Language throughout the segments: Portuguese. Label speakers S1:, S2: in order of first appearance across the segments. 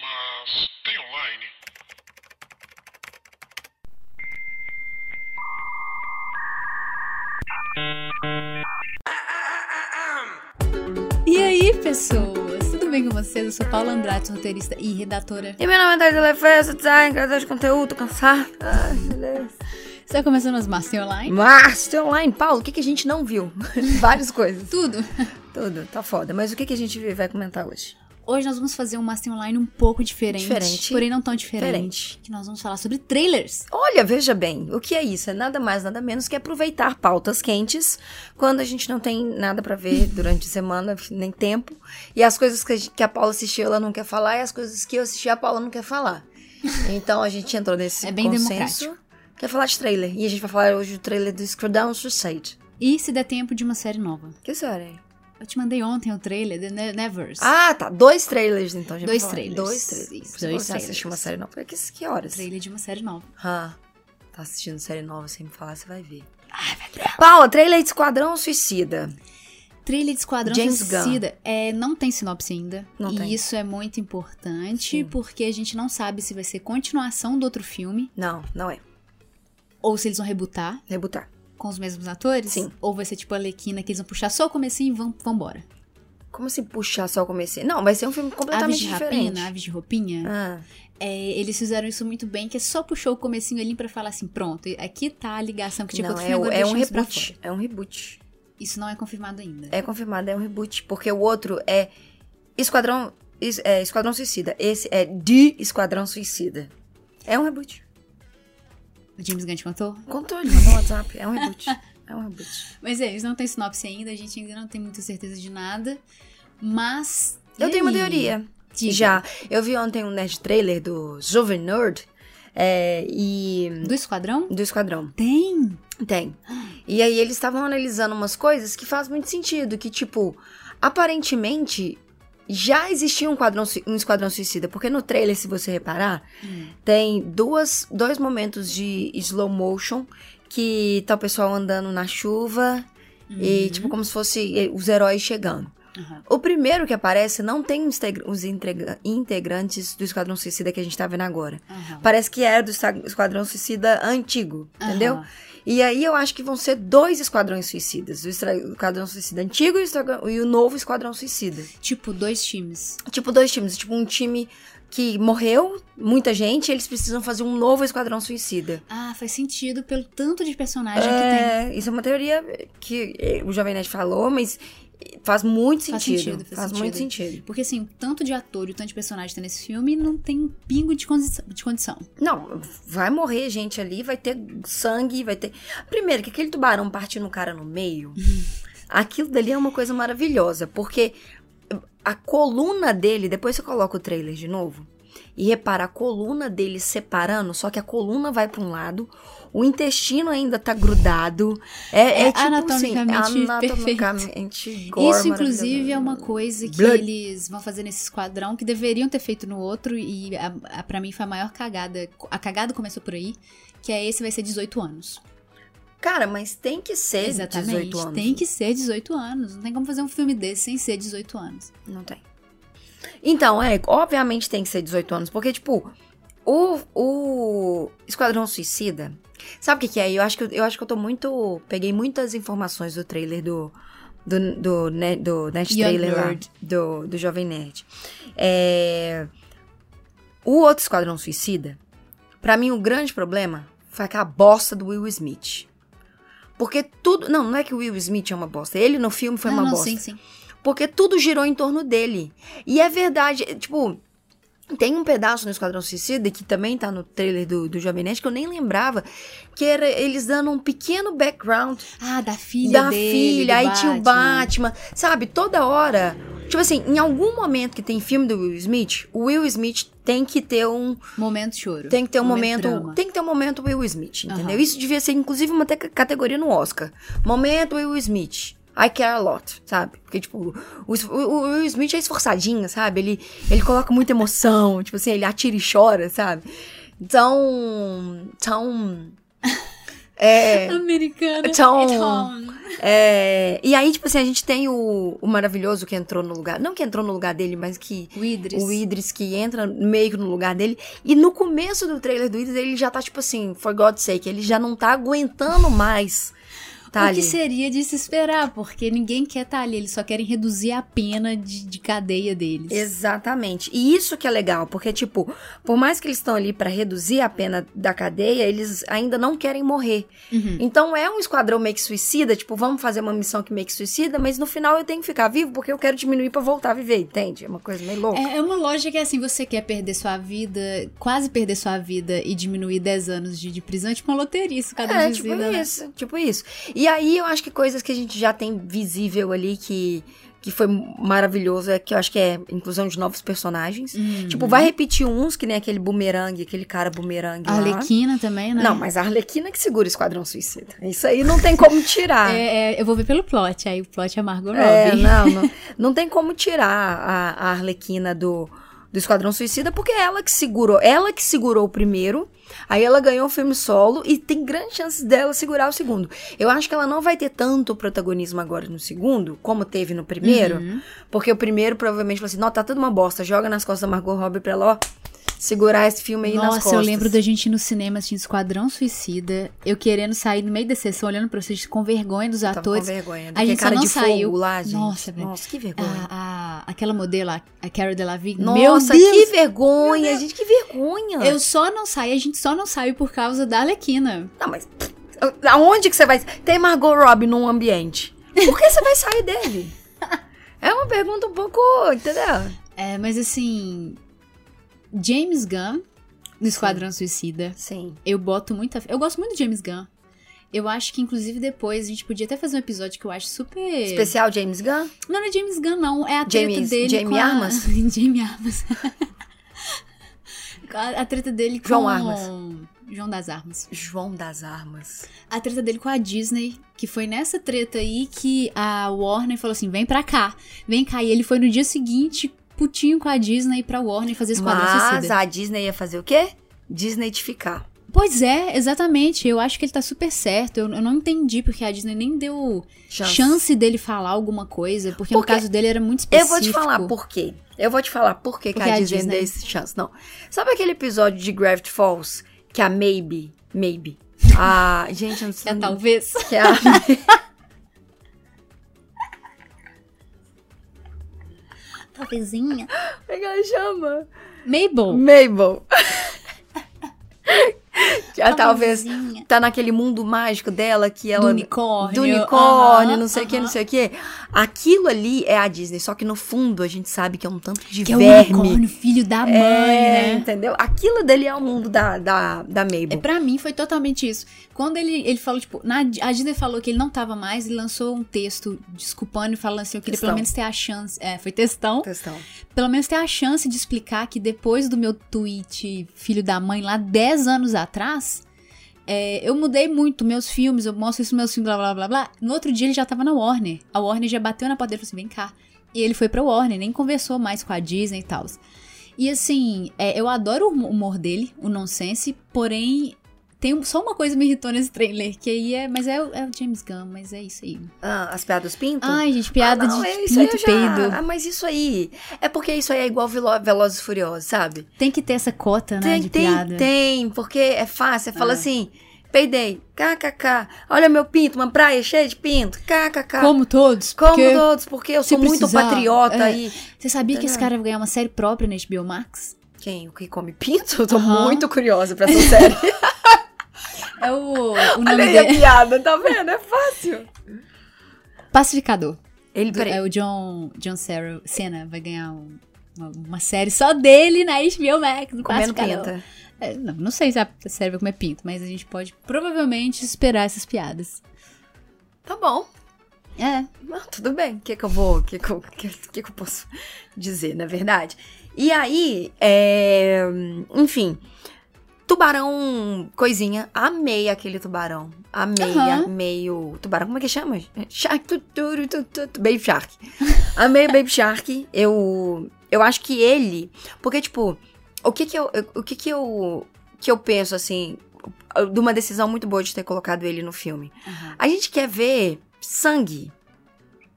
S1: Mas tem online.
S2: E aí, pessoas? Tudo bem com vocês? Eu sou Paula Andrade, roteirista e redatora.
S3: E meu nome é Thaís Elefé, sou design, criador de conteúdo, tô cansada. Ai, meu Deus.
S2: Está começando as Master Online?
S3: Mas, tem online, Paulo, o que, que a gente não viu? Várias coisas.
S2: Tudo!
S3: Tudo, tá foda. Mas o que, que a gente vai comentar hoje?
S2: Hoje nós vamos fazer um Master Online um pouco diferente.
S3: Diferente.
S2: Porém não tão diferente.
S3: Diferente.
S2: Que nós vamos falar sobre trailers.
S3: Olha, veja bem, o que é isso? É nada mais, nada menos que aproveitar pautas quentes quando a gente não tem nada pra ver durante a semana, nem tempo. E as coisas que a gente- que a Paula assistiu, ela não quer falar, e as coisas que eu assisti, a Paula não quer falar. Então a gente entrou nesse
S2: É bem
S3: consenso. Quer falar de trailer. E a gente vai falar hoje do trailer do Screwdown Suicide.
S2: E se der tempo de uma série nova.
S3: Que
S2: é
S3: série?
S2: Eu te mandei ontem o trailer The Ne- Nevers.
S3: Ah, tá. Dois trailers, então. Já
S2: Dois
S3: vou falar.
S2: trailers.
S3: Dois trailers.
S2: Isso,
S3: Você
S2: dois
S3: você assistiu uma
S2: trailers.
S3: série nova? Que, que horas?
S2: Trailer de uma série nova.
S3: Ah, tá assistindo série nova sem me falar, você vai ver. Paula, trailer de Esquadrão Suicida.
S2: Trailer de Esquadrão
S3: James
S2: Suicida é, não tem sinopse ainda.
S3: Não
S2: e
S3: tem.
S2: isso é muito importante
S3: Sim.
S2: porque a gente não sabe se vai ser continuação do outro filme
S3: Não, não é.
S2: ou se eles vão rebutar
S3: Rebutar.
S2: com os mesmos atores.
S3: Sim.
S2: Ou vai ser tipo a Lequina que eles vão puxar só o comecinho e vão, vambora.
S3: Como se puxar só o comecinho? Não, vai ser um filme
S2: Aves
S3: completamente
S2: de
S3: diferente.
S2: rapina, aves de roupinha.
S3: Ah,
S2: É, eles fizeram isso muito bem, que é só puxou o comecinho ali pra falar assim, pronto, aqui tá a ligação que tinha
S3: não,
S2: com outro
S3: é,
S2: filme,
S3: o-
S2: agora
S3: é um
S2: deixamos pra
S3: reboot.
S2: fora.
S3: É um reboot.
S2: Isso não é confirmado ainda.
S3: É confirmado, é um reboot. Porque o outro é Esquadrão, es- é Esquadrão Suicida. Esse é de Esquadrão Suicida. É um reboot.
S2: O James Gunn te contou?
S3: Contou, ele mandou um WhatsApp. É um reboot. É um reboot.
S2: Mas é, eles não têm sinopse ainda, a gente ainda não tem muita certeza de nada, mas...
S3: Eu
S2: e
S3: tenho uma
S2: aí?
S3: teoria.
S2: Diga.
S3: Já. Eu vi ontem um nerd trailer do Jovem Nerd. é, e.
S2: Do Esquadrão?
S3: Do Esquadrão.
S2: Tem!
S3: Tem. E aí eles estavam analisando umas coisas que faz muito sentido. Que, tipo, aparentemente. Já existia um, quadrão sui- um esquadrão suicida, porque no trailer, se você reparar, tem duas, dois momentos de slow motion que tá o pessoal andando na chuva e, tipo, como se fosse eh, os heróis chegando.
S2: Aham.
S3: O primeiro que aparece não tem os integra- os integra- integrantes do Esquadrão Suicida que a gente tá vendo agora.
S2: Aham.
S3: Parece que era do Esta- Esquadrão Suicida antigo, entendeu?
S2: Aham.
S3: E aí eu acho que vão ser dois Esquadrões Suicidas. O Estra- o Esquadrão Suicida antigo e o, Estra- e o novo Esquadrão Suicida.
S2: Tipo, dois times.
S3: Tipo, dois times. Tipo, um time que morreu, muita gente, e eles precisam fazer um novo Esquadrão Suicida.
S2: Ah, faz sentido pelo tanto de personagem que tem.
S3: É, isso é uma teoria que eh, o Jovem Nerd falou, mas eh, faz muito sentido.
S2: Faz sentido, faz
S3: muito
S2: sentido.
S3: sentido.
S2: Porque assim, o tanto de ator e o tanto de personagem que tá nesse filme não tem um pingo de condição. De condição.
S3: Não, vai morrer gente ali, vai ter sangue, vai ter. Primeiro, que aquele tubarão partindo o cara no meio, aquilo dali é uma coisa maravilhosa, porque a coluna dele, depois você coloca o trailer de novo, e repara a coluna dele separando, só que a coluna vai pra um lado, o intestino ainda tá grudado. É, é,
S2: É
S3: tipo assim,
S2: anatomicamente
S3: anatomicamente gore,
S2: Isso, inclusive, é uma
S3: maravilhoso.
S2: coisa que
S3: Blood.
S2: eles vão fazer nesse esquadrão que deveriam ter feito no outro. E a, a, pra mim foi a maior cagada. A cagada começou por aí. Que é esse vai ser 18 anos.
S3: Cara, mas tem que ser
S2: Exatamente.
S3: 18 anos.
S2: Tem que ser 18 anos. Não tem como fazer um filme desse sem ser 18 anos.
S3: Não tem. Então, é, obviamente tem que ser 18 anos, porque, tipo, o, o Esquadrão Suicida. Sabe o que, que é? Eu acho que, eu- eu acho que eu tô muito. Peguei muitas informações do trailer do. Do, do, ne- do Nerd
S2: Young
S3: Trailer lá,
S2: Nerd.
S3: do, do Jovem Nerd. É, o outro Esquadrão Suicida, pra mim o grande problema foi aquela bosta do Will Smith. Porque tudo. Não, não é que o Will Smith é uma bosta. Ele no filme foi
S2: Ah, não,
S3: uma
S2: não,
S3: bosta.
S2: sim, sim.
S3: Porque tudo girou em torno dele. E é verdade, é, tipo. Tem um pedaço no Esquadrão Suicida, que também tá no trailer do, do Jovem Nerd, que eu nem lembrava, que era eles dando um pequeno background
S2: Ah, da filha
S3: da
S2: dele,
S3: filha,
S2: do
S3: aí tinha um o
S2: Batman.
S3: Batman, sabe? Toda hora. Tipo assim, em algum momento que tem filme do Will Smith, o Will Smith tem que ter um.
S2: Momento choro.
S3: Tem que ter um momento.
S2: drama.
S3: tem que ter um momento Will Smith, entendeu?
S2: Aham.
S3: Isso devia ser, inclusive, uma te- categoria no Oscar. Momento Will Smith. I care a lot, sabe? Porque, tipo, o, es- o- o Will Smith é esforçadinho, sabe? Ele, ele coloca muita emoção, tipo assim, ele atira e chora, sabe? Então. Então. É.
S2: Americana.
S3: Então-
S2: Então,
S3: É, e aí, tipo assim, a gente tem o, o maravilhoso que entrou no lugar. Não que entrou no lugar dele, mas que.
S2: O Idris.
S3: O Idris que entra meio que no lugar dele. E no começo do trailer do Idris, ele já tá, tipo assim, for God's sake, ele já não tá aguentando mais.
S2: o
S3: Tá ali.
S2: que seria de se esperar, porque ninguém quer estar ali, eles só querem reduzir a pena de, de cadeia deles.
S3: Exatamente. E isso que é legal, porque, tipo, por mais que eles estão ali pra reduzir a pena da cadeia, eles ainda não querem morrer.
S2: Uhum.
S3: Então é um esquadrão meio que suicida, tipo, vamos fazer uma missão que meio que suicida, mas no final eu tenho que ficar vivo porque eu quero diminuir pra voltar a viver, entende? É uma coisa meio louca.
S2: É é uma lógica que assim, você quer perder sua vida, quase perder sua vida e diminuir 10 anos de, de prisão, é tipo uma loteria, isso cada um
S3: É, tipo
S2: desvida, né?
S3: isso, tipo isso. E aí eu acho que coisas que a gente já tem visível ali que, que foi maravilhoso, é que eu acho que é inclusão de novos personagens.
S2: Hum.
S3: Tipo, vai repetir uns, que nem aquele bumerangue, aquele cara bumerangue
S2: A
S3: lá.
S2: Arlequina também, né?
S3: Não, mas a Arlequina que segura o Esquadrão Suicida. Isso aí não tem como tirar.
S2: É, é, eu vou ver pelo plot, aí o plot é Margot
S3: tá. É,
S2: Robbie.
S3: não, não, não tem como tirar a, a Arlequina do, do Esquadrão Suicida, porque é ela que segurou, ela que segurou o primeiro, aí ela ganhou o filme solo e tem grandes chances dela segurar o segundo. Eu acho que ela não vai ter tanto protagonismo agora no segundo, como teve no primeiro,
S2: Uhum.
S3: porque o primeiro provavelmente falou assim, não, tá tudo uma bosta, joga nas costas da Margot Robbie pra ela, ó, segurar esse filme aí nas
S2: Nossa,
S3: costas.
S2: eu lembro da gente ir no cinema assistindo Esquadrão Suicida, eu querendo sair no meio da sessão, olhando pra vocês com vergonha dos
S3: Tava com
S2: atores.
S3: vergonha.
S2: A gente
S3: Daquele
S2: só
S3: cara
S2: não
S3: de
S2: saiu.
S3: fogo lá, gente.
S2: Nossa, velho. Ah,
S3: Nossa, que vergonha.
S2: A, a- aquela modelo, a, a Cara Delevingne. Meu
S3: Nossa,
S2: Deus!
S3: que vergonha, gente, que vergonha.
S2: Eu só não saí, a gente só não saiu por causa da Arlequina.
S3: Não, mas aonde que você vai... Tem Margot Robbie num ambiente. Por que você vai sair dele? É uma pergunta um pouco, entendeu?
S2: É, mas assim. James Gunn, no Esquadrão Suicida,
S3: Sim.
S2: eu boto muita. Eu gosto muito do James Gunn. Eu acho que, inclusive, depois a gente podia até fazer um episódio que eu acho super.
S3: Especial James Gunn?
S2: Não, não é James Gunn, não. É a treta
S3: James-
S2: dele.
S3: Jamie
S2: com a...
S3: Armas?
S2: Jamie Armas. a, a treta dele com.
S3: João Armas.
S2: João das Armas.
S3: João das Armas.
S2: A treta dele com a Disney, que foi nessa treta aí que a Warner falou assim: vem pra cá, vem cá. E ele foi no dia seguinte, putinho com a Disney, pra Warner fazer Esquadrão
S3: Mas
S2: Suicida.
S3: a Disney ia fazer o quê? Disneytificar.
S2: Pois é, exatamente. Eu acho que ele tá super certo. Eu, eu não entendi porque a Disney nem deu chance, dele falar alguma coisa, porque,
S3: Porque-
S2: no caso dele era muito
S3: Eu
S2: específico.
S3: vou te falar por quê. Eu vou te falar por quê que
S2: Porque
S3: é a
S2: a
S3: Disney,
S2: Disney-
S3: deu esse chance. Não. Sabe aquele episódio de Gravity Falls que a Maybe, Maybe, a gente eu não sei
S2: É, talvez.
S3: que a
S2: Talvezinha.
S3: como é que ela chama?
S2: Mabel.
S3: Mabel.
S2: Tá
S3: Já É, talvez
S2: Talvezinha.
S3: tá naquele mundo mágico dela que
S2: Do
S3: ela
S2: unicórnio.
S3: do unicórnio,
S2: Aham,
S3: não sei o que,
S2: aham.
S3: não sei o que. Aquilo ali é a Disney, só que no fundo a gente sabe que é um tanto de
S2: Que é o
S3: verme.
S2: unicórnio, filho da mãe, né?
S3: É, entendeu? Aquilo dali é o mundo da, da, da
S2: É,
S3: Mabel.
S2: pra mim foi totalmente isso. Quando ele, ele falou, tipo, na, a Disney falou que ele não tava mais e lançou um texto desculpando e falando assim: eu queria
S3: Textão.
S2: pelo menos ter a chance. É, foi textão.
S3: Questão.
S2: Pelo menos ter a chance de explicar que depois do meu tweet Filho da Mãe, lá 10 anos atrás, é, eu mudei muito meus filmes, eu mostro isso nos meus filmes, blá blá blá blá. No outro dia ele já tava na Warner. A Warner já bateu na porta dele e falou assim: vem cá. E ele foi pra Warner, nem conversou mais com a Disney e tal. E assim, é, eu adoro o humo- humor dele, o nonsense, porém. Tem um- só uma coisa me irritou nesse trailer, que aí é. Mas é, o- é o James Gunn, mas é isso aí.
S3: Ah, as piadas pintam?
S2: Ai, gente, piada
S3: Ah, não,
S2: de
S3: é isso aí
S2: pinto e
S3: eu já-
S2: peido.
S3: Ah, mas isso aí. É porque isso aí é igual Velo- Velozes e Furiosos, sabe?
S2: Tem que ter essa cota, né?
S3: Tem,
S2: de
S3: tem,
S2: piada.
S3: tem, porque é fácil. Você fala
S2: Ah.
S3: assim, peidei, kkk. Olha meu pinto, uma praia cheia de pinto, kkk.
S2: Como todos.
S3: Ah, Como
S2: porque
S3: todos, porque eu
S2: se
S3: sou muito
S2: precisar,
S3: patriota
S2: é.
S3: e...
S2: Você sabia que esse
S3: Entendeu?
S2: cara vai ganhar uma série própria na HBO Max?
S3: Quem? O que come pinto? Eu tô
S2: Aham.
S3: muito curiosa pra essa série.
S2: É o, o
S3: Olha
S2: nome
S3: aí a
S2: dele.
S3: piada, tá vendo? É fácil.
S2: Pacificador.
S3: Ele,
S2: Do-
S3: peraí,
S2: é o John, John Sarah, Cena vai ganhar um- uma, uma série só dele na HBO Max. do
S3: comendo
S2: Pacificador.
S3: pinta.
S2: É, não, não sei se a série vai comer pinto, mas a gente pode provavelmente esperar essas piadas.
S3: Tá bom.
S2: É.
S3: Não, tudo bem. O que, que eu vou. O que, que, eu- que, que que eu posso dizer, na verdade? E aí, é, enfim. Tubarão, coisinha. Amei aquele tubarão. Amei,
S2: Aham.
S3: amei o tubarão. Como é que chama? Shark. tu, tu, tu, tu, tu, Baby Shark. Amei o Baby Shark. Eu, eu acho que ele. Porque, tipo, o que que eu. O que que eu. Que eu penso, assim. De uma decisão muito boa de ter colocado ele no filme. A gente quer ver sangue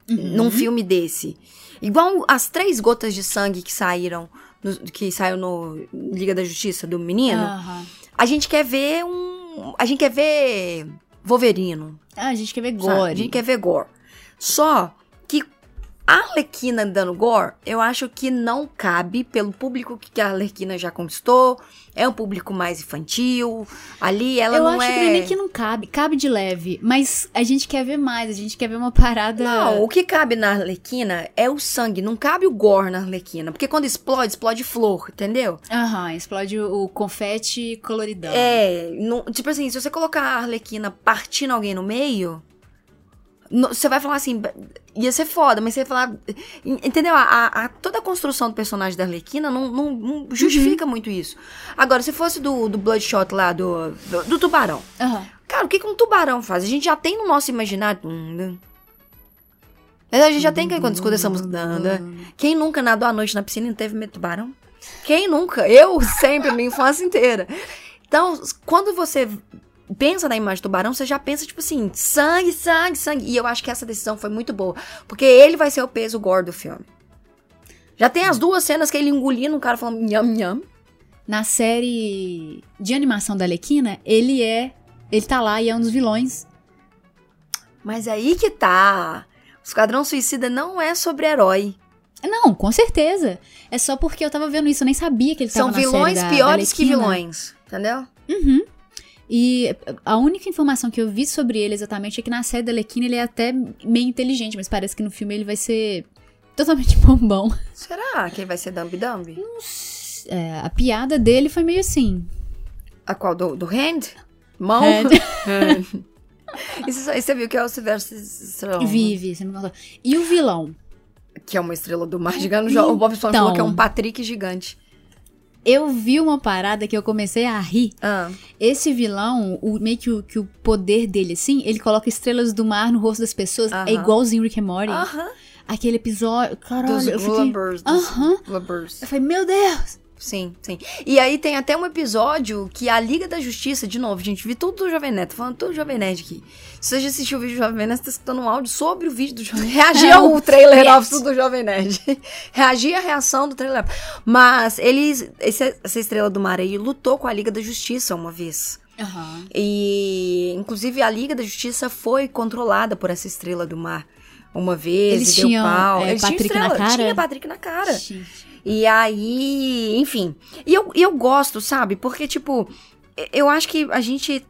S2: Uhum.
S3: num filme desse. Igual as três gotas de sangue que saíram, no- que saiu no Liga da Justiça do menino.
S2: Aham.
S3: A gente quer ver um. A gente quer ver Wolverino.
S2: Ah, a gente quer ver
S3: sabe?
S2: gore.
S3: A gente quer ver Gore. Só que a Arlequina dando Gore, eu acho que não cabe pelo público que a Arlequina já conquistou. É um público mais infantil. Ali ela
S2: eu
S3: não
S2: acho
S3: é.
S2: que não é nem que não cabe, cabe de leve, mas a gente quer ver mais, a gente quer ver uma parada.
S3: Não, o que cabe na Arlequina é o sangue, não cabe o gore na Arlequina. Porque quando explode, explode flor, entendeu?
S2: Aham, explode o, o confete coloridão.
S3: É, não- tipo assim, se você colocar a Arlequina partindo alguém no meio, no- você vai falar assim, "Ba- ia ser foda, mas você vai falar. en- Entendeu? A, a- a- toda a construção do personagem da Arlequina não, não- não justifica muito isso. Agora, se fosse do, do Bloodshot lá, do, do, do tubarão.
S2: Aham.
S3: Cara, o que, que um tubarão faz? A gente já tem no nosso imaginário. Dum, dum. Mas a gente já tem que é quando escuta essa música. dum, dum. Quem nunca nadou à noite na piscina e teve medo de tubarão? Quem nunca? Eu sempre, a minha infância inteira. Então, quando você pensa na imagem do tubarão, você já pensa, tipo assim, sangue, sangue, sangue. E eu acho que essa decisão foi muito boa. Porque ele vai ser o peso gore do filme. Já tem as duas cenas que ele engolindo um cara falando nham, nham.
S2: Na série de animação da Alequina, ele é. Ele tá lá e é um dos vilões.
S3: Mas é aí que tá. O Esquadrão Suicida não é sobre herói.
S2: Não, com certeza. É só porque eu tava vendo isso, eu nem sabia que ele
S3: São
S2: tava na série
S3: vilões
S2: da- da
S3: piores que
S2: Arlequina.
S3: vilões, entendeu?
S2: Uhum. E a única informação que eu vi sobre ele exatamente é que na série da Alequina ele é até meio inteligente, mas parece que no filme ele vai ser totalmente bombão.
S3: Será que ele vai ser Dumb Dumb?
S2: É, a piada dele foi meio assim.
S3: A qual? Do, do Hand? Mão?
S2: Hand.
S3: Hand. Isso, aí você viu que é o Sylvester Stallone,
S2: Vive, você me contou. E o vilão?
S3: que é uma estrela do mar gigante. O Bob Esponja
S2: Então.
S3: falou que é um Patrick gigante.
S2: Eu vi uma parada que eu comecei a rir.
S3: Ah,
S2: Esse vilão, o, meio que o, que o poder dele, assim, ele coloca estrelas do mar no rosto das pessoas.
S3: Aham.
S2: É igualzinho Rick and Morty.
S3: Aham.
S2: Aquele episódio. Caralho,
S3: Dos
S2: eu fiquei.
S3: Glubbers. dos
S2: Aham.
S3: Glubbers.
S2: Eu falei, meu Deus!
S3: Sim, sim. E aí tem até um episódio que a Liga da Justiça, de novo, gente, vi tudo do Jovem Neto, falando tudo do Jovem Nerd aqui. Se você já assistiu o vídeo do Jovem Nerd, você tá escutando um áudio sobre o vídeo do Jovem Reagir ao trailer
S2: Yes.
S3: novo do Jovem Nerd. Reagir à reação do trailer. Mas eles, esse- essa estrela do mar aí lutou com a Liga da Justiça uma vez.
S2: Aham.
S3: E, inclusive, a Liga da Justiça foi controlada por essa estrela do mar uma vez.
S2: Eles
S3: e deu
S2: tinham,
S3: pau.
S2: é,
S3: Eles
S2: Patrick
S3: tinham
S2: na
S3: estrela,
S2: cara?
S3: Tinha Patrick na cara.
S2: Gente.
S3: E aí, enfim. E eu, e eu gosto, sabe? Porque, tipo, e- eu acho que a gente.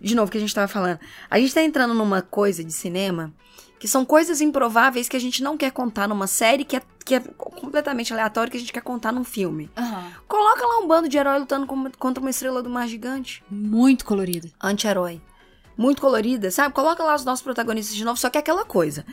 S3: De novo, que a gente tava falando. A gente tá entrando numa coisa de cinema que são coisas improváveis que a gente não quer contar numa série que é, que é completamente aleatória que a gente quer contar num filme.
S2: Aham.
S3: Coloca lá um bando de herói lutando com- contra uma estrela do mar gigante.
S2: Muito colorido.
S3: Anti-herói. Muito colorida, sabe? Coloca lá os nossos protagonistas de novo, só que é aquela coisa.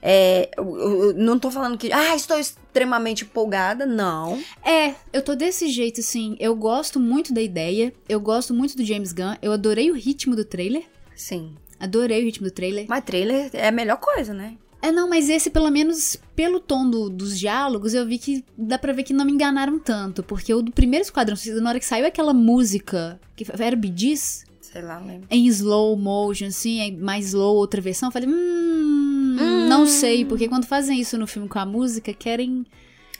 S3: É, eu- eu- eu não tô falando que. Ah, estou extremamente empolgada. Não.
S2: É, eu tô desse jeito, assim. Eu gosto muito da ideia. Eu gosto muito do James Gunn. Eu adorei o ritmo do trailer.
S3: Sim.
S2: Adorei o ritmo do trailer.
S3: Mas trailer é a melhor coisa, né?
S2: É, não, mas esse, pelo menos pelo tom do- dos diálogos, eu vi que dá pra ver que não me enganaram tanto. Porque o do primeiro Esquadrão Suicida, na hora que saiu aquela música, que era Bidiz,
S3: Sei lá, né? lembro.
S2: em slow motion, assim, é mais slow, outra versão, eu falei, hum, não sei. Porque quando fazem isso no filme com a música, querem.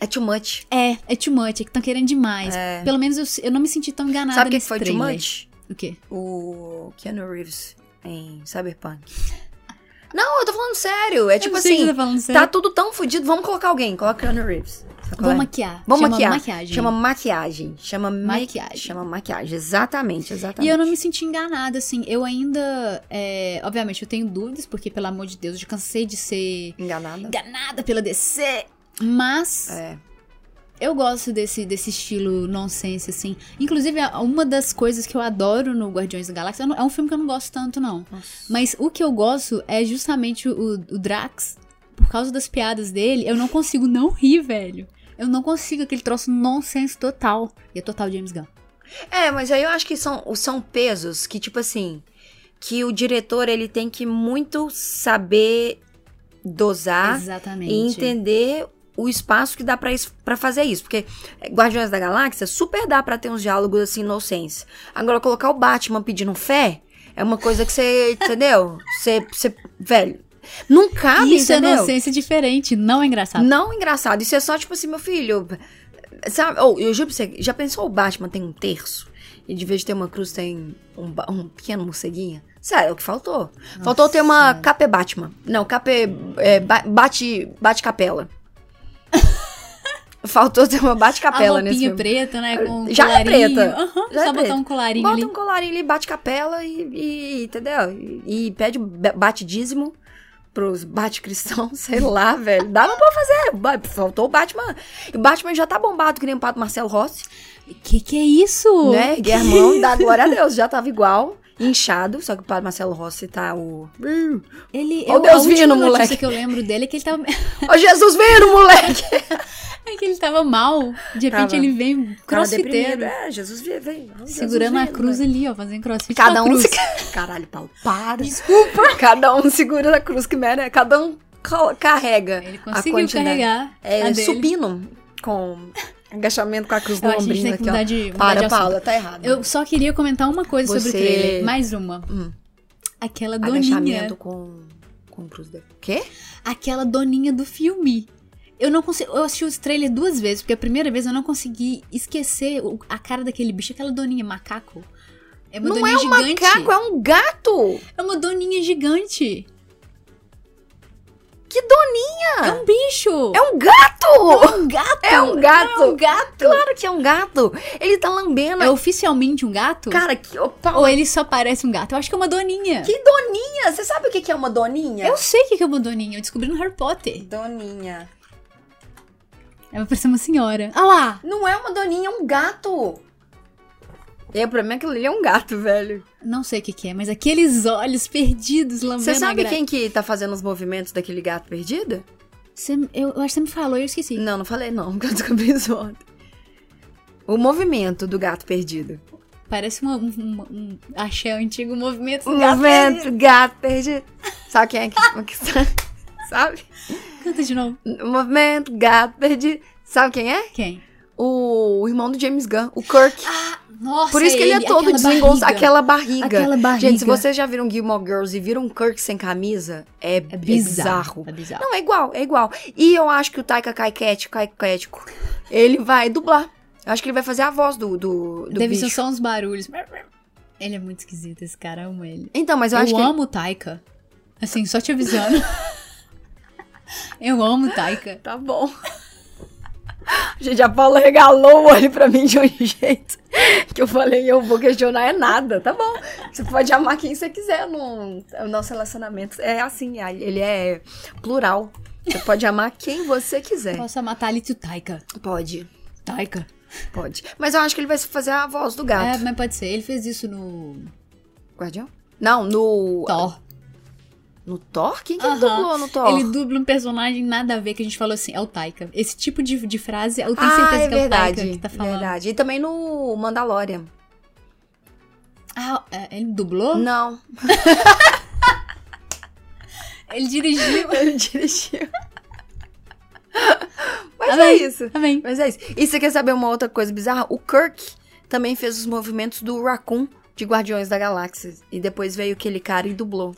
S3: É too much.
S2: É, é too much, é que estão querendo demais. Pelo menos eu, eu não me senti tão enganada
S3: É. Sabe o que
S2: nesse
S3: foi too
S2: trailer.
S3: much?
S2: O quê?
S3: O Keanu Reeves em Cyberpunk. Não, eu tô falando sério. É tipo
S2: Eu não sei o que
S3: assim,
S2: tá falando sério.
S3: tá tudo tão fodido, vamos colocar alguém. Coloca Keanu Reeves. Sabe qual
S2: Vou
S3: é?
S2: maquiar.
S3: Vamos
S2: Chama
S3: maquiar.
S2: maquiagem.
S3: Chama maquiagem. Chama ma-
S2: Maquiagem.
S3: Chama maquiagem. Exatamente, exatamente.
S2: E eu não me senti enganada, assim. Eu ainda. é, obviamente, eu tenho dúvidas, porque, pelo amor de Deus, eu já cansei de ser
S3: Enganada?
S2: enganada pela DC. Mas
S3: É.
S2: eu gosto desse, desse estilo nonsense, assim. Inclusive, a- uma das coisas que eu adoro no Guardiões da Galáxia eu não- é um filme que eu não gosto tanto, não. Mas o que eu gosto é justamente o, o Drax. Por causa das piadas dele, eu não consigo não rir, velho. Eu não consigo aquele troço nonsense total. E é total James Gunn.
S3: É, mas aí eu acho que são, são pesos que, tipo assim, que o diretor ele tem que muito saber dosar
S2: Exatamente.
S3: e entender o espaço que dá pra isso- pra fazer isso. Porque eh, Guardiões da Galáxia super dá pra ter uns diálogos assim, inocentes. Agora, colocar o Batman pedindo fé é uma coisa que você, entendeu? Você, você- velho. Não cabe,
S2: Isso
S3: entendeu?
S2: é inocência diferente, não é engraçado.
S3: Não engraçado. Isso é só tipo assim, meu filho. Sabe? Ou, eu juro pra você, já pensou o Batman tem um terço? E de vez de ter uma cruz, tem um, ba- um pequeno morceguinho? Sério, é o que faltou. Faltou ter uma capé Batman. Não, capé. é, ba- bate, bate capela. faltou ter uma bate capela
S2: a
S3: nesse
S2: roupinha
S3: filme.
S2: preta, né? Com um
S3: Já é
S2: colarinho.
S3: preta.
S2: Aham,
S3: Já é
S2: só botar
S3: preta.
S2: um colarinho
S3: Bota
S2: ali.
S3: um colarinho ali, bate capela e, e- entendeu? E, e pede ba- bate dízimo pros bate cristão, sei lá, velho. Dava pra fazer. ba- Faltou o Batman. E o Batman já tá bombado que nem o Pato Marcelo Rossi,
S2: Que que é isso?
S3: né? Guermão, dá glória a Deus, já tava igual. Inchado, só que o Pato Marcelo Rossi tá o. Ô
S2: Ele,
S3: Ó
S2: eu,
S3: o Deus
S2: a última
S3: vindo,
S2: notícia
S3: moleque.
S2: que eu lembro dele é que ele tava,
S3: Jesus vindo, moleque!
S2: é que ele tava mal. De repente
S3: Tava.
S2: ele vem
S3: Cara deprimido.
S2: crossfiteiro.
S3: É, Jesus vi- vem. Ó, Jesus
S2: Segurando a
S3: vindo,
S2: cruz
S3: velho.
S2: ali, ó, fazendo crossfit. com
S3: Cada
S2: a
S3: um.
S2: cruz.
S3: Se... Caralho, Paulo, para. Desculpa. Cada um segura a cruz que merece. Cada um cal- carrega.
S2: Ele
S3: a
S2: conseguiu
S3: quantidade.
S2: carregar. a
S3: É,
S2: dele.
S3: supino com agachamento com a cruz
S2: Eu
S3: no
S2: acho que a gente
S3: ombrinho
S2: tem que
S3: aqui,
S2: mudar
S3: ó.
S2: de, mudar de
S3: Para,
S2: assunto.
S3: Paula, tá errado.
S2: Eu só queria comentar uma coisa sobre o
S3: Você-
S2: trailer. Mais uma.
S3: Hum.
S2: Aquela
S3: Agachamento
S2: doninha.
S3: com, com cruz dele. Quê?
S2: Aquela doninha do filme. Eu não consigo. Eu assisti o trailer duas vezes, porque a primeira vez eu não consegui esquecer o- a cara daquele bicho, aquela doninha macaco. É uma
S3: Não
S2: doninha
S3: é um
S2: gigante.
S3: macaco, é um gato!
S2: É uma doninha gigante.
S3: Que doninha!
S2: É um bicho.
S3: É um gato!
S2: um gato.
S3: É um gato!
S2: É um gato.
S3: Claro que é um gato! Ele tá lambendo.
S2: É oficialmente um gato?
S3: Cara, que. Ô, Paula,
S2: Ou ele só parece um gato? Eu acho que é uma doninha.
S3: que doninha! Você sabe o que que é uma doninha?
S2: Eu sei o que que é uma doninha. Eu descobri no Harry Potter.
S3: Doninha.
S2: Ela parece uma senhora. Ah lá.
S3: Não é uma doninha, é um gato. É, pra mim aquilo ali é um gato, velho.
S2: Não sei o que que é, mas aqueles olhos perdidos lambendo
S3: Você sabe
S2: a
S3: quem que tá fazendo os movimentos daquele gato perdido?
S2: quem... Eu, eu acho que você me falou e eu esqueci.
S3: Não, não falei não, porque eu descobri isso ontem. O movimento do gato perdido.
S2: Parece uma- um, um, um axé antigo, um movimento.
S3: O movimento do gato perdido. Sabe quem é que... que sa- sabe?
S2: Canta de novo.
S3: O movimento do gato perdido. Sabe quem é?
S2: Quem?
S3: O, o irmão do James Gunn, o Kirk.
S2: Nossa,
S3: Por isso que Ah, ele, é todo
S2: aquela
S3: desengonçado.
S2: barriga.
S3: Aquela barriga.
S2: Aquela barriga.
S3: Gente, se vocês já viram Gilmore Girls e viram Kirk sem camisa, é,
S2: É
S3: bizarro.
S2: bizarro. É bizarro.
S3: Não, é igual, é igual. E eu acho que o Taika Kaiket, Kaiketico, ele vai dublar. Eu acho que ele vai fazer a voz do, do, do
S2: Deve
S3: bicho.
S2: ser só uns barulhos. Ele é muito esquisito, esse cara. Eu amo ele.
S3: Então, mas eu,
S2: Eu,
S3: acho que... ele-
S2: amo o Taika. Assim, só te avisando. eu amo o Taika.
S3: Tá bom. Gente, a Paula regalou o olho pra mim de um jeito que eu falei, eu vou questionar é nada, tá bom. Você pode amar quem você quiser, não, o nosso relacionamento é assim, ele é plural. Você pode amar quem você quiser.
S2: Posso matar ali o Taika.
S3: Pode,
S2: Taika.
S3: pode. Mas eu acho que ele vai fazer a voz do gato.
S2: É, mas pode ser. Ele fez isso no
S3: Guardião? Não, no.
S2: É. Thor.
S3: No Thor? Quem que ele
S2: Aham.
S3: dublou no Thor?
S2: Ele dubla um personagem nada a ver que a gente falou assim, é o Taika. Esse tipo de, de frase, eu tenho
S3: Ah,
S2: certeza
S3: é
S2: que é o Taika
S3: verdade.
S2: que tá falando.
S3: verdade. E também no Mandalorian.
S2: Ah, é, ele dublou?
S3: Não.
S2: Ele dirigiu.
S3: Ele dirigiu. Mas
S2: Tá
S3: é
S2: bem.
S3: isso.
S2: Também.
S3: Mas é isso. E você quer saber uma outra coisa bizarra? O Kirk também fez os movimentos do Raccoon de Guardiões da Galáxia. E depois veio aquele cara e dublou.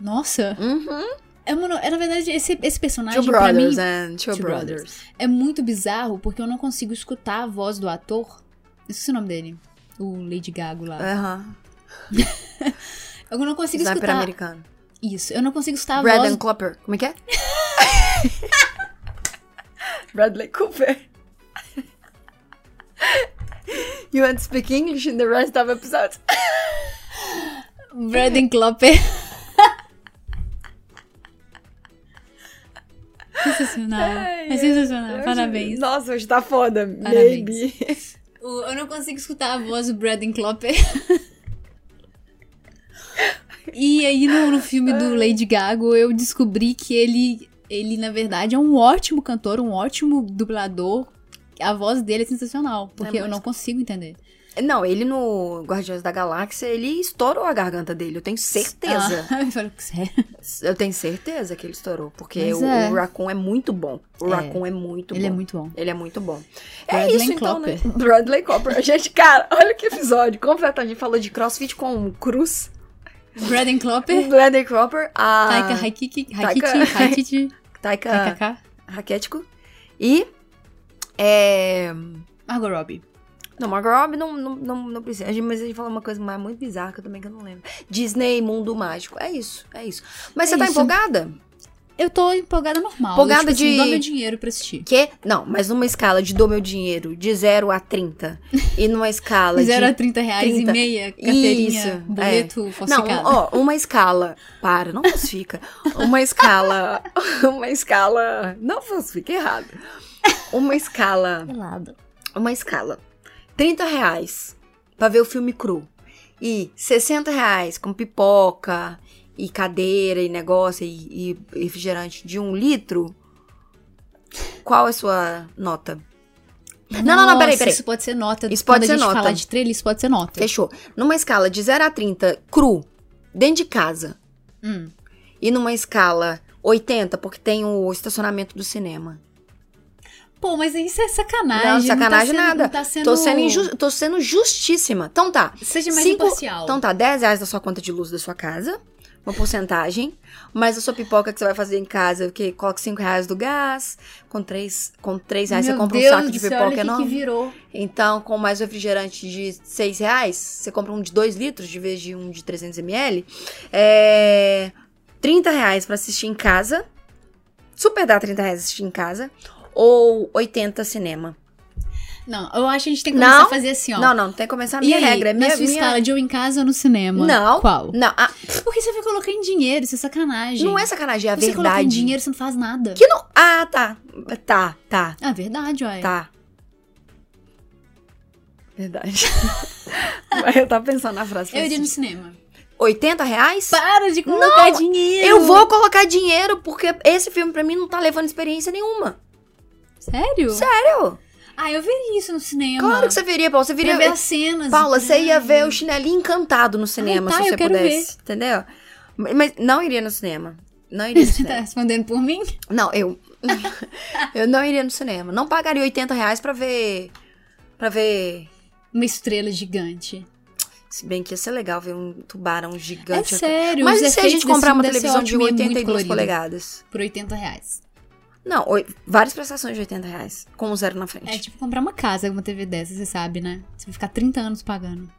S2: Nossa.
S3: Uhum.
S2: É, mano, é, na verdade, esse, esse personagem,
S3: Two
S2: pra mim,
S3: Brothers né? and Two,
S2: Two
S3: brothers.
S2: é muito bizarro, porque eu não consigo escutar a voz do ator. Eu esqueci o nome dele. O Lady Gaga lá.
S3: Aham. Ah,
S2: Eu não consigo
S3: Sniper
S2: escutar.
S3: americano.
S2: Isso, eu não consigo escutar a
S3: Braden
S2: voz.
S3: Cooper. Como é que é? Bradley Cooper. You want to speak English in the rest of episode?
S2: Braden Clopper. sensacional.
S3: Ai,
S2: é sensacional.
S3: Hoje-
S2: Parabéns.
S3: Nossa, hoje tá foda.
S2: Parabéns.
S3: Baby.
S2: O- eu não consigo escutar a voz do Braden Clopper. e aí no, no filme do Lady Gaga eu descobri que ele, ele na verdade é um ótimo cantor, um ótimo dublador. A voz dele é sensacional, porque eu
S3: muito-
S2: não consigo entender.
S3: Não, ele no Guardiões da Galáxia, ele estourou a garganta dele. Eu tenho certeza.
S2: Ah, eu falo, sério?
S3: Eu tenho certeza que ele estourou. Porque
S2: Mas
S3: o,
S2: é.
S3: o Raccoon é muito bom. O
S2: É.
S3: Raccoon é muito
S2: Ele
S3: bom.
S2: é muito bom.
S3: Ele é muito bom. é
S2: Bradley
S3: isso, então, né? Bradley Cooper. Gente, cara, olha que episódio. Completamente falou de crossfit com cruz.
S2: Braden Cropper,
S3: Gladden Cropper, a
S2: Taika Haikiki,
S3: Ah. Taika- Ah.
S2: Haikiti, Haikiti,
S3: Taika
S2: Taika,
S3: Raquetico. E. É.
S2: Margot Robbie.
S3: Não, Margot Robbie não, não, não, não precisa. A gente- Mas a gente falou uma coisa mais muito bizarra que eu também que eu não lembro. Disney, Mundo Mágico. É isso, é isso. Mas
S2: É
S3: você tá
S2: isso.
S3: empolgada?
S2: Eu tô empolgada normal.
S3: Empolgada
S2: eu, tipo, assim,
S3: de-
S2: dou meu dinheiro pra assistir.
S3: Que? Não, mas numa escala de dou meu dinheiro de 0 a 30. e numa escala de.
S2: 0 a 30 reais
S3: 30.
S2: e meia, carteirinha,
S3: Isso, é.
S2: boleto
S3: Não,
S2: falsificado.
S3: ó, uma escala. Para, não falsifica. Uma escala. Uma escala. Não falsifica errado. Uma escala.
S2: Pelado.
S3: uma escala. 30 reais pra ver o filme cru. E 60 reais com pipoca e cadeira e negócio e, e refrigerante de um litro. Qual é a sua nota? não, não,
S2: Nossa,
S3: peraí, peraí.
S2: Isso pode ser nota.
S3: Isso pode
S2: Quando
S3: ser
S2: a gente
S3: nota.
S2: falar de trailer, isso pode ser nota.
S3: Fechou. Numa escala de 0 a 30, cru, dentro de casa.
S2: Hum.
S3: E numa escala 80, porque tem o estacionamento do cinema.
S2: Pô, mas isso é sacanagem.
S3: Não, sacanagem
S2: tá sendo,
S3: nada.
S2: Não tá sendo...
S3: Tô, sendo injus- tô sendo justíssima. Então tá.
S2: Seja mais
S3: Cinco-
S2: imparcial.
S3: Então tá, 10 reais da sua conta de luz da sua casa, uma porcentagem, mais a sua pipoca que você vai fazer em casa, que coloca 5 reais do gás, com 3, com três reais
S2: Meu
S3: você compra
S2: Deus
S3: um saco de
S2: do céu,
S3: pipoca
S2: olha o que, que
S3: enorme.
S2: virou.
S3: Então, com mais o refrigerante de 6 reais, você compra um de 2 litros de vez de um de 300 ml. É... 30 reais pra assistir em casa, super dá 30 reais assistir em casa, ou 80 cinema.
S2: Não, eu acho que a gente tem que começar
S3: Não?
S2: a fazer assim, ó.
S3: Não, não, não tem que começar a
S2: E
S3: minha
S2: aí,
S3: regra, é minha,
S2: na sua
S3: minha...
S2: escala de eu em casa ou no cinema?
S3: Não.
S2: Qual?
S3: Não, ah,
S2: Porque você vai colocar em dinheiro, isso é sacanagem.
S3: não é sacanagem, é a
S2: Você coloca em
S3: verdade.
S2: dinheiro, você não faz nada.
S3: Que não. Ah, tá. Tá, tá,
S2: É verdade, olha.
S3: tá. Verdade. Mas eu tava pensando na frase.
S2: Eu iria no
S3: assim,
S2: cinema.
S3: 80 reais?
S2: Para de colocar dinheiro.
S3: Eu vou colocar dinheiro porque esse filme pra mim não tá levando experiência nenhuma.
S2: Sério?
S3: Sério?
S2: Ah, eu veria isso no cinema.
S3: Claro que você viria, Paula. Você viria.
S2: Pra ver as cenas. Tá
S3: Paula,
S2: e
S3: você ia
S2: tudo.
S3: ver o chinelinho encantado no cinema
S2: tá,
S3: se
S2: eu
S3: você
S2: quero
S3: pudesse. Entendeu? Mas mas não iria no cinema. Não iria no
S2: Você
S3: cinema.
S2: tá respondendo por mim?
S3: Não, eu. eu não iria no cinema. Não pagaria 80 reais pra ver. Pra ver.
S2: Uma estrela gigante.
S3: Se bem que ia ser legal ver um tubarão
S2: É
S3: gigante.
S2: sério.
S3: Mas
S2: os
S3: e se a
S2: efeitos
S3: gente
S2: desse
S3: comprar
S2: filme
S3: uma
S2: deve ser
S3: televisão de
S2: ótimo e é muito
S3: 82
S2: colorido.
S3: polegadas?
S2: Por 80 reais.
S3: Não, oi- várias prestações de 80 reais. Com um zero na frente.
S2: É tipo comprar uma casa, uma TV dessa, você sabe, né? Você vai ficar 30 anos pagando.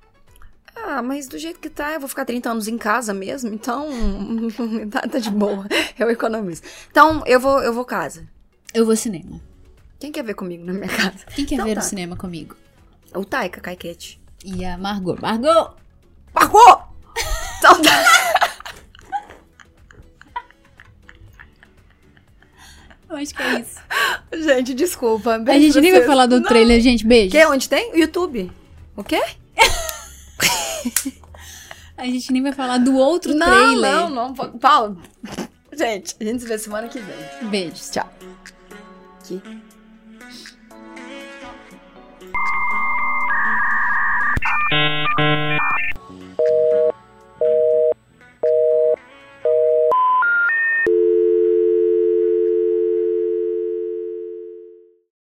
S3: Ah, mas do jeito que tá, eu vou ficar 30 anos em casa mesmo, então. tá, tá de boa. Eu economizo. Então, eu vou, eu vou casa.
S2: Eu vou ao cinema.
S3: Quem quer ver comigo na minha casa?
S2: Quem quer
S3: Então
S2: ver
S3: tá.
S2: o cinema comigo?
S3: O Taika Kaikete.
S2: E a Margot. Margot!
S3: Marcou! Então tá.
S2: Eu acho que é isso.
S3: Gente, desculpa.
S2: A
S3: beijo
S2: gente nem vai
S3: vocês.
S2: falar do
S3: Não.
S2: trailer, gente. Beijo.
S3: Que? Onde tem? YouTube. O quê?
S2: A gente nem vai falar do outro
S3: Não,
S2: trailer.
S3: não, não. pa- Paulo. Gente, a gente se vê semana que vem.
S2: Beijos, tchau.
S3: Que